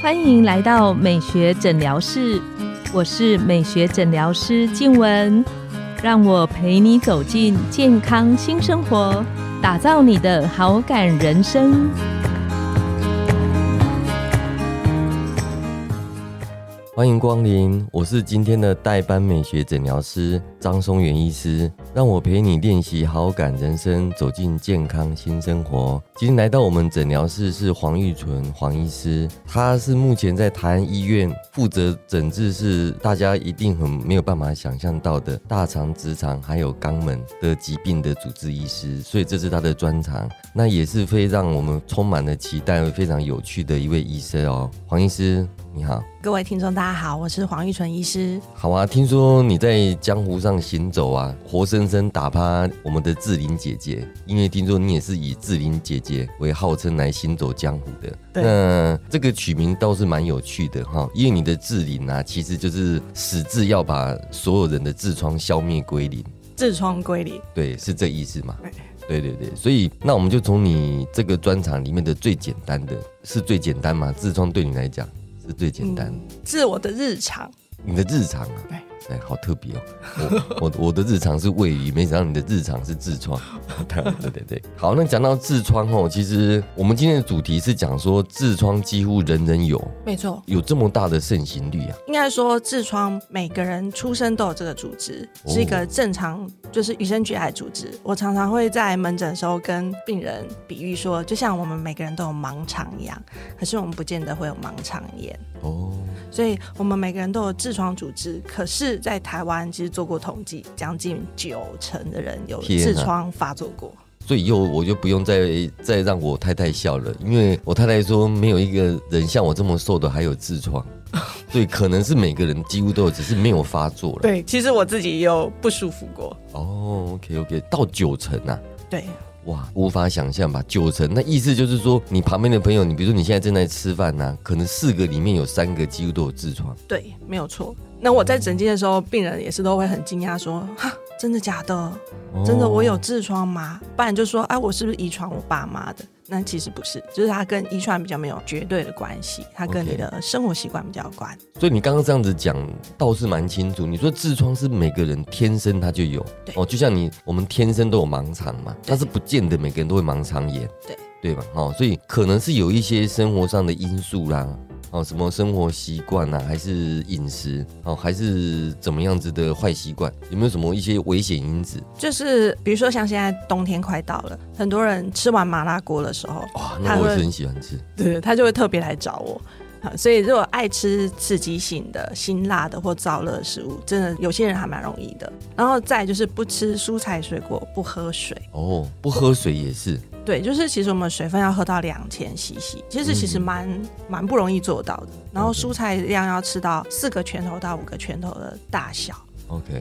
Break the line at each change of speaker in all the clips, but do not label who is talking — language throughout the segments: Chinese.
欢迎来到美学诊疗室，我是美学诊疗师静雯，让我陪你走进健康新生活，打造你的好感人生。
欢迎光临，我是今天的代班美学诊疗师张松元医师，让我陪你练习好感人生，走进健康新生活。今天来到我们诊疗室是黄玉纯黄医师，他是目前在台安医院负责诊治是大家一定很没有办法想象到的大肠、直肠还有肛门的疾病的主治医师，所以这是他的专长，那也是非让我们充满了期待、非常有趣的一位医生哦。黄医师，你好。
各位听众，大家好，我是黄玉纯医师。
好啊，听说你在江湖上行走啊，活生生打趴我们的志玲姐姐，因为听说你也是以志玲姐姐为号称来行走江湖的。
对
那这个取名倒是蛮有趣的哈，因为你的志玲啊，其实就是矢志要把所有人的痔疮消灭归零，
痔疮归零，
对，是这意思嘛？对对对，所以那我们就从你这个专场里面的最简单的，是最简单嘛？痔疮对你来讲是最简单。
是我的日常。
你的日常啊，
对
哎，好特别哦。我我我的日常是位于，没想到你的日常是痔 疮。对对对对，好，那讲到痔疮哦，其实我们今天的主题是讲说痔疮几乎人人有，
没错，
有这么大的盛行率啊。
应该说痔疮每个人出生都有这个组织，
哦
是一个正常，就是与生俱来的组织。我常常会在门诊的时候跟病人比喻说，就像我们每个人都有盲肠一样，可是我们不见得会有盲肠炎。
哦，
所以我们每个人都有痔疮组织，可是，在台湾其实做过统计，将近九成的人有
天
痔
哪
疮发作过。
所以以后我就不用再再让我太太笑了，因为我太太说没有一个人像我这么瘦的还有痔 疮，所以可能是每个人几乎都有，只是没有发作了。
对，其实我自己也有不舒服过。
哦，OK OK，到九成啊。
对，
哇，无法想象吧？九成，那意思就是说，你旁边的朋友，你比如说你现在正在吃饭呐、可能四个里面有三个几乎都有痔疮。
对，没有错。那我在诊间的时候，病人也是都会很惊讶说：“哈，真的假的？真
哦
的我有痔疮吗？”不然就说：“哎、我是不是遗传我爸妈的？”那其实不是，就是它跟遗传比较没有绝对的关系，它跟
OK
你的生活习惯比较有关。
所以你刚刚这样子讲倒是蛮清楚。你说痔疮是每个人天生他就有，
对
哦，就像你我们天生都有盲肠嘛，但是不见得每个人都会盲肠炎，
对
对吧？哦，所以可能是有一些生活上的因素啦。哦，什么生活习惯啊，还是饮食哦，还是怎么样子的坏习惯？有没有什么一些危险因子？
就是比如说像现在冬天快到了，很多人吃完麻辣锅的时候，
哇、
他
那我也是
会
很喜欢吃。
对，他就会特别来找我。啊，所以如果爱吃刺激性的、辛辣的或燥热的食物，真的有些人还蛮容易的。然后再就是不吃蔬菜水果，不喝水。
哦，不喝水也是
对，就是其实我们水分要喝到两千 CC，其实其实蛮蛮不容易做到的。然后
OK
蔬菜量要吃到四个拳头到五个拳头的大小。
OK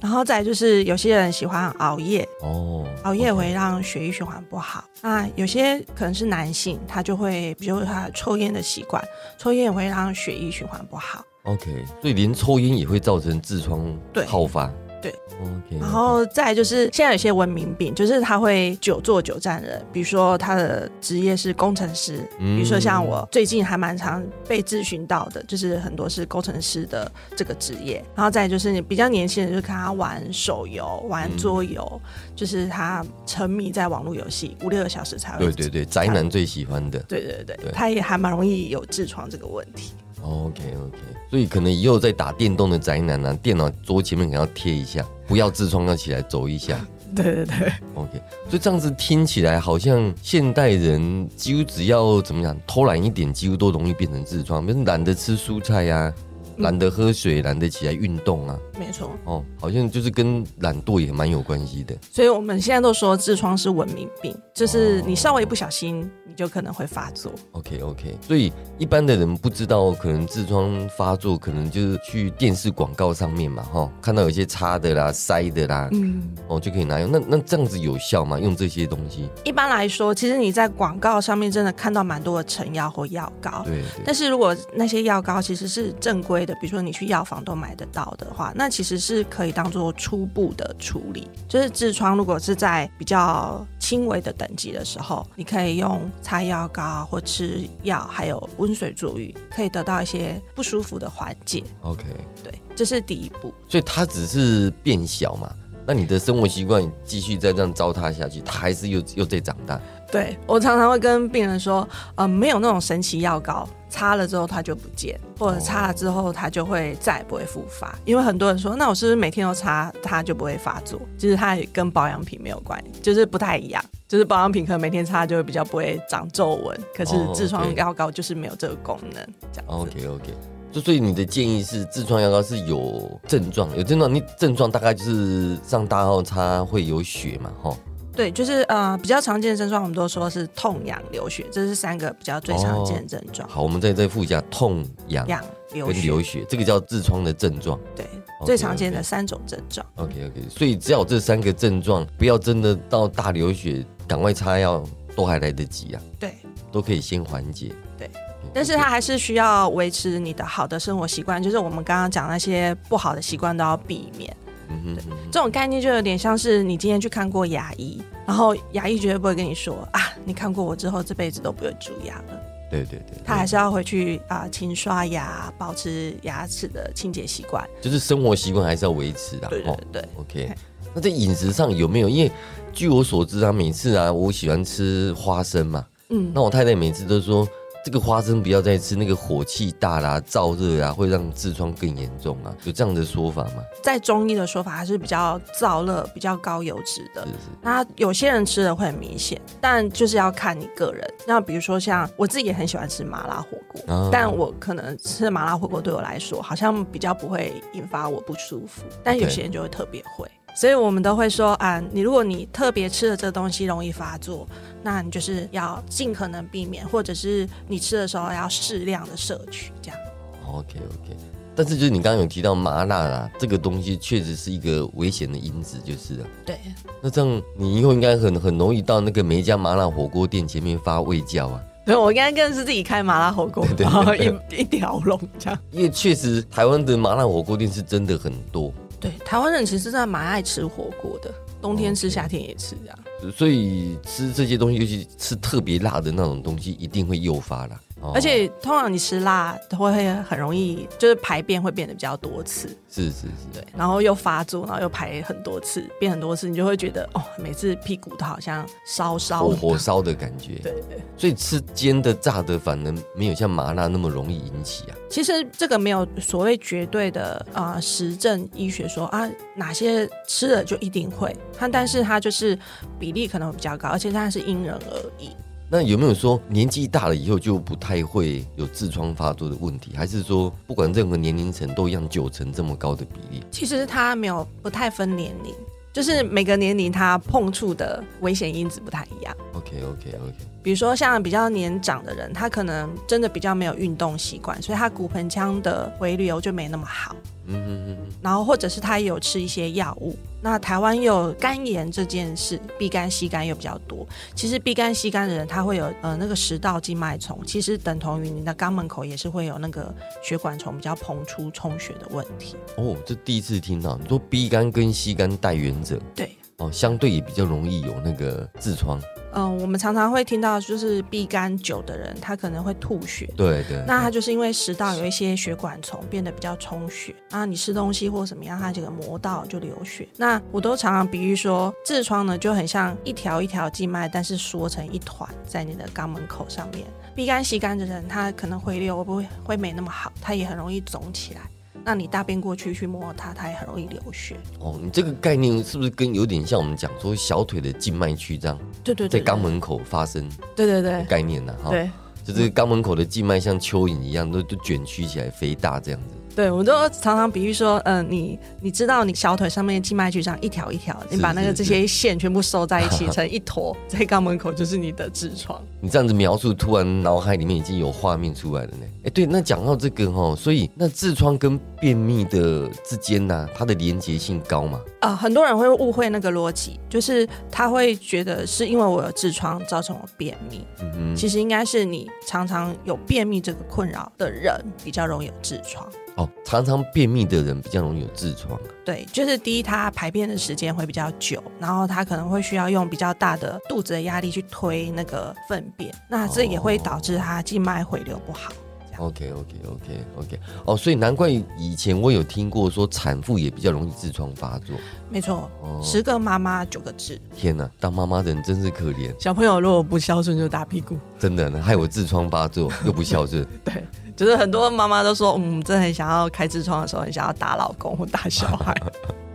然后再就是有些人喜欢熬夜，
哦，
熬夜
OK
会让血液循环不好。那有些可能是男性，他就会，比如说他抽烟的习惯，抽烟也会让血液循环不好。
OK，所以连抽烟也会造成痔疮
对
好发。
对
，OK。
然后再来就是现在有些文明病，就是他会久坐久站人，比如说他的职业是工程师，
嗯
比如说像我最近还蛮常被咨询到的，就是很多是工程师的这个职业。然后再来就是你比较年轻人，就是看他玩手游、玩桌游，就是他沉迷在网络游戏五六个小时才
对
会
对对，宅男最喜欢的。
对对对，
对
对他也还蛮容易有痔疮这个问题。
OK OK，所以可能以后在打电动的宅男啊，电脑桌前面可能要贴一下，不要痔疮要起来走一 下。
对对对，
OK，所以这样子听起来好像现代人几乎只要怎么讲偷懒一点，几乎都容易变成痔疮，比如懒得吃蔬菜呀、啊，懒得喝水，懒得起来运动啊。
没错。
哦，好像就是跟懒惰也蛮有关系的。
所以我们现在都说痔疮是文明病，就是
哦
你稍微不小心，你就可能会发作。
OK OK，所以一般的人不知道，可能痔疮发作，可能就是去电视广告上面嘛，哈，看到有一些擦的啦、塞的啦，
嗯，
哦，就可以拿用。那那这样子有效吗？用这些东西？
一般来说，其实你在广告上面真的看到蛮多的成药或药膏。
对对
但是如果那些药膏其实是正规贵的，比如说你去药房都买得到的话，那其实是可以当做初步的处理。就是痔疮如果是在比较轻微的等级的时候，你可以用擦药膏或吃药，还有温水足浴，可以得到一些不舒服的缓解。
OK，
对，这是第一步。
所以它只是变小嘛。那你的生活习惯继续再这样糟蹋下去，它还是又又在长大。
对我常常会跟病人说，呃，没有那种神奇药膏，擦了之后它就不见，或者擦了之后它就会再也不会复发。因为很多人说，那我是不是每天都擦它就不会发作？其实它也跟保养品没有关系，就是不太一样。就是保养品可能每天擦就会比较不会长皱纹，可是
哦
痔疮
OK
药膏就是没有这个功能，这样子。
OK OK，就所以你的建议是痔疮药膏是有症状，有症状，你症状大概就是上大号擦会有血嘛，吼。
对，就是呃比较常见的症状，我们都说是痛、痒、流血，这是三个比较最常见的症状。
好，我们再再附一下痛、痒
痒、流
跟
血，
流血，这个叫痔疮的症状。
对
OK，
最常见的
OK
三种症状。
OK OK，所以只要有这三个症状，不要真的到大流血，赶快擦药都还来得及啊，
对，
都可以先缓解。嗯
对
OK，
但是它还是需要维持你的好的生活习惯，就是我们刚刚讲那些不好的习惯都要避免。
嗯哼嗯哼
这种概念就有点像是你今天去看过牙医，然后牙医绝对不会跟你说啊，你看过我之后这辈子都不会蛀牙了。
对对对，
他还是要回去啊、勤刷牙，保持牙齿的清洁习惯。
就是生活习惯还是要维持的。
对对
吼
对对
OK，
嘿
那在饮食上有没有？因为据我所知啊，每次啊，我喜欢吃花生嘛，
嗯
那，我太太每次都说这个花生不要再吃，那个火气大啦、燥热啊，会让痔疮更严重啊，有这样的说法吗？
在中医的说法，它是比较燥热、比较高油脂的
是。是
那有些人吃的会很明显，但就是要看你个人。那比如说像我自己也很喜欢吃麻辣火锅，
啊
但我可能吃麻辣火锅对我来说好像比较不会引发我不舒服，但有
OK
些人就会特别会。所以我们都会说啊，你如果你特别吃了这东西容易发作，那你就是要尽可能避免，或者是你吃的时候要适量的摄取，这样。
OK OK。但是就是你刚刚有提到麻辣啦，这个东西确实是一个危险的因子，就是了。
对，
那这样你以后应该很很容易到那个每一家麻辣火锅店前面发胃教啊，
对我应该更是自己开麻辣火锅，
对
然后一 一条龙这样。
因为确实台湾的麻辣火锅店是真的很多，
对，台湾人其实真的蛮爱吃火锅的，冬天吃，
OK
夏天也吃这样。
所以吃这些东西，尤其吃特别辣的那种东西，一定会诱发啦。哦
而且通常你吃辣会会很容易，就是排便会变得比较多次，
是是是，
对，然后又发作，然后又排很多次，变很多次，你就会觉得哦，每次屁股都好像烧烧
火
的。
火烧的感觉。
对对，
所以吃煎的、炸的，反而没有像麻辣那么容易引起啊。
其实这个没有所谓绝对的呃实证医学说啊哪些吃了就一定会，它但是它就是比例可能会比较高，而且它是因人而异。
那有没有说年纪大了以后就不太会有痔疮发作的问题？还是说不管任何年龄层都一样九成这么高的比例？
其实它没有不太分年龄，就是每个年龄它碰触的危险因子不太一样。
OK OK OK，
比如说像比较年长的人，他可能真的比较没有运动习惯，所以他骨盆腔的回流就没那么好。
嗯嗯嗯嗯，
然后或者是他也有吃一些药物。那台湾又有肝炎这件事，B 肝、C 肝又比较多。其实 B 肝、C 肝的人，他会有呃那个食道静脉丛，其实等同于你的肛门口也是会有那个血管丛比较膨出充血的问题。
哦，这第一次听到你说 B 肝跟 C 肝带源者
对，
哦，相对也比较容易有那个痔疮。
嗯，我们常常会听到，就是避肝久的人，他可能会吐血。
对对，
那他就是因为食道有一些血管丛变得比较充血，啊，你吃东西或怎么样，它这个磨到就流血。那我都常常比喻说，痔疮呢就很像一条一条静脉，但是缩成一团在你的肛门口上面。避肝吸肝的人，他可能回流不会会没那么好，他也很容易肿起来。那你大便过去去摸它，它也很容易流血。
哦，你这个概念是不是跟有点像我们讲说小腿的静脉曲张
对对
在
对，
肛，门口发生
对对
的
对
概念呢、哈，
对。
就是肛门口的静脉像蚯蚓一样都都卷曲起来肥大这样子。
对，我都常常比喻说，嗯、你你知道你小腿上面的静脉曲张一条一条，你把那个
是
这
是
些线全部收在 一起成一坨，在肛门口就是你的痔疮。
你这样子描述，突然脑海里面已经有画面出来了呢。哎，对，那讲到这个哈、所以那痔疮跟便秘的之间呢、它的连结性高嘛？
呃，很多人会误会那个逻辑，就是他会觉得是因为我有痔疮造成我便秘，
嗯哼，
其实应该是你常常有便秘这个困扰的人比较容易有痔疮。
哦，常常便秘的人比较容易有痔疮啊、
对，就是第一，它排便的时间会比较久，然后它可能会需要用比较大的肚子的压力去推那个粪便，那这也会导致它静脉回流不好。
OK OK OK OK，哦，所以难怪以前我有听过说产妇也比较容易痔疮发作。
没错，
哦，
十个妈妈九个治。
天哪，当妈妈的人真是可怜，
小朋友如果不孝顺就打屁股，
真的害我痔疮发作又不孝 顺。
对，就是很多妈妈都说，嗯，真的很想要开痔疮的时候，很想要打老公或打小孩。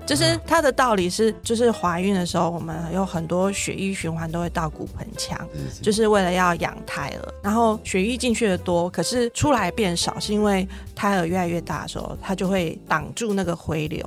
就是它的道理是，就是怀孕的时候，我们有很多血液循环都会到骨盆腔，
是是
就是为了要养胎儿。然后血液进去的多，可是出来变少，是因为胎儿越来越大的时候，它就会挡住那个回流，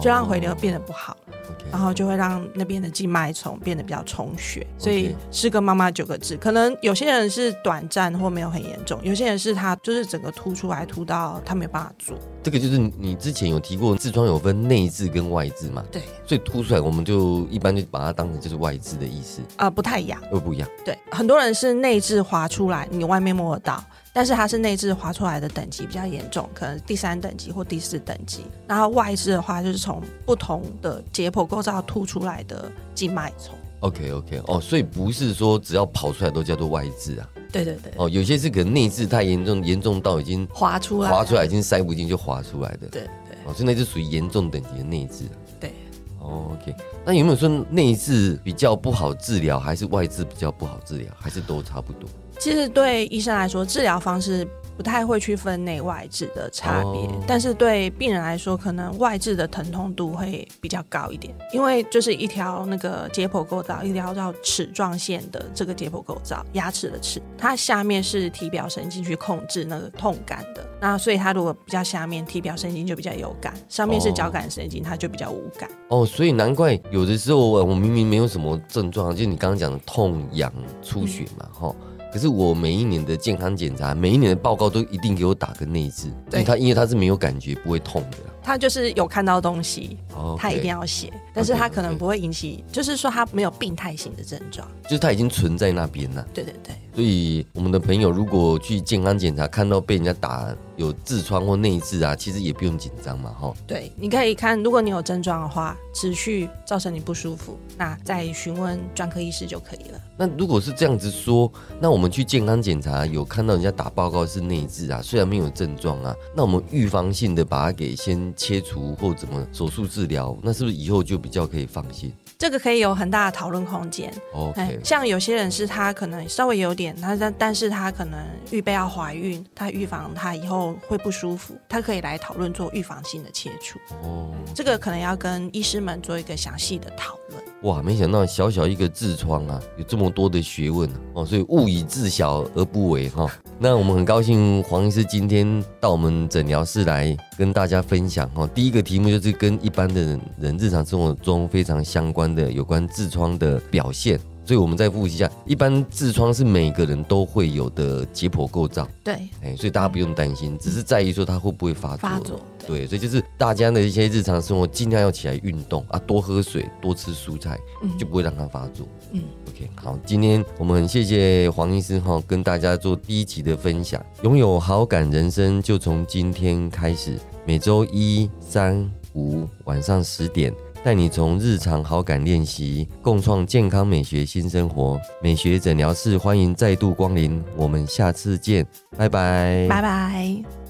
就让回流变得啊不好，
哦，OK
然后就会让那边的静脉丛变得比较充血。所以十个妈妈九个痣，可能有些人是短暂或没有很严重，有些人是他就是整个凸出来凸到他没有办法做。
这个就是你之前有提过，痔疮有分内痔跟外痔嘛，
对，
所以凸出来我们就一般就把它当成就是外痔的意思，
啊、不太一样。
又不一样。
对，很多人是内痔滑出来，你外面摸得到，但是它是内痔滑出来的等级比较严重，可能第三等级或第四等级。然后外痔的话，就是从不同的解剖构造凸出来的静脉丛。
OK OK，哦，所以不是说只要跑出来都叫做外痔啊，
对对对，
哦，有些是可能内痔太严重，严重到已经
滑出来，
滑出来，已经塞不进就滑出来的，
对对
哦，所以那是属于严重等级的内痔啊。
对。
哦，OK，那有没有说内痔比较不好治疗，还是外痔比较不好治疗，还是都差不多？
其实对医生来说，治疗方式不太会区分内外痔的差别，
哦
但是对病人来说，可能外痔的疼痛度会比较高一点，因为就是一条那个解剖构造，一条叫齿状线的这个解剖构造，牙齿的齿，它下面是体表神经去控制那个痛感的，那所以它如果比较下面，体表神经就比较有感，上面是
哦
交感神经，它就比较无感。
哦，所以难怪有的时候呃我我明明没有什么症状，啊就是你刚刚讲的痛、痒、
嗯
出血嘛，哈、可是我每一年的健康检查，每一年的报告都一定给我打个内痔，因
对
为它因为它是没有感觉，不会痛的啦。
它就是有看到东西，
哦
它一定
要，
要写，但是它可能
OK，OK
不会引起，就是说它没有病态性的症状。
就是它已经存在那边了。
对对对，
所以我们的朋友如果去健康检查，看到被人家打有痔疮或内痔啊，其实也不用紧张嘛，哈。
对，你可以看，如果你有症状的话，持续造成你不舒服，那再询问专科医师就可以了。
那如果是这样子说，那我们去健康检查有看到人家打报告是内痔啊，虽然没有症状啊，那我们预防性的把它给先切除或怎么手术治疗，那是不是以后就比较可以放心
这个可以有很大的讨论空间。哎
？OK，
像有些人是他可能稍微有点，他但但是他可能预备要怀孕，他预防他以后会不舒服，他可以来讨论做预防性的切除。
哦，
这个可能要跟医师们做一个详细的讨论。
哇，没想到小小一个痔疮啊，有这么多的学问啊哦，所以勿以自小而不为哈、那我们很高兴黄医师今天到我们诊疗室来跟大家分享哈、哦。第一个题目就是跟一般的人人日常生活中非常相关的有关痔疮的表现。所以我们再复习一下，一般痔疮是每个人都会有的解剖构造，
对，
哎，所以大家不用担心，只是在于说它会不会发作。
发作。对
对，所以就是大家的一些日常生活，尽量要起来运动啊，多喝水，多吃蔬菜，
嗯
就不会让它发作。
嗯
，OK，好，今天我们很谢谢黄医师哈、跟大家做第一集的分享。拥有好感人生就从今天开始，每周一、三、五晚上十点。带你从日常好感练习，共创健康美学新生活。美学诊疗室欢迎再度光临，我们下次见，拜拜。
拜拜。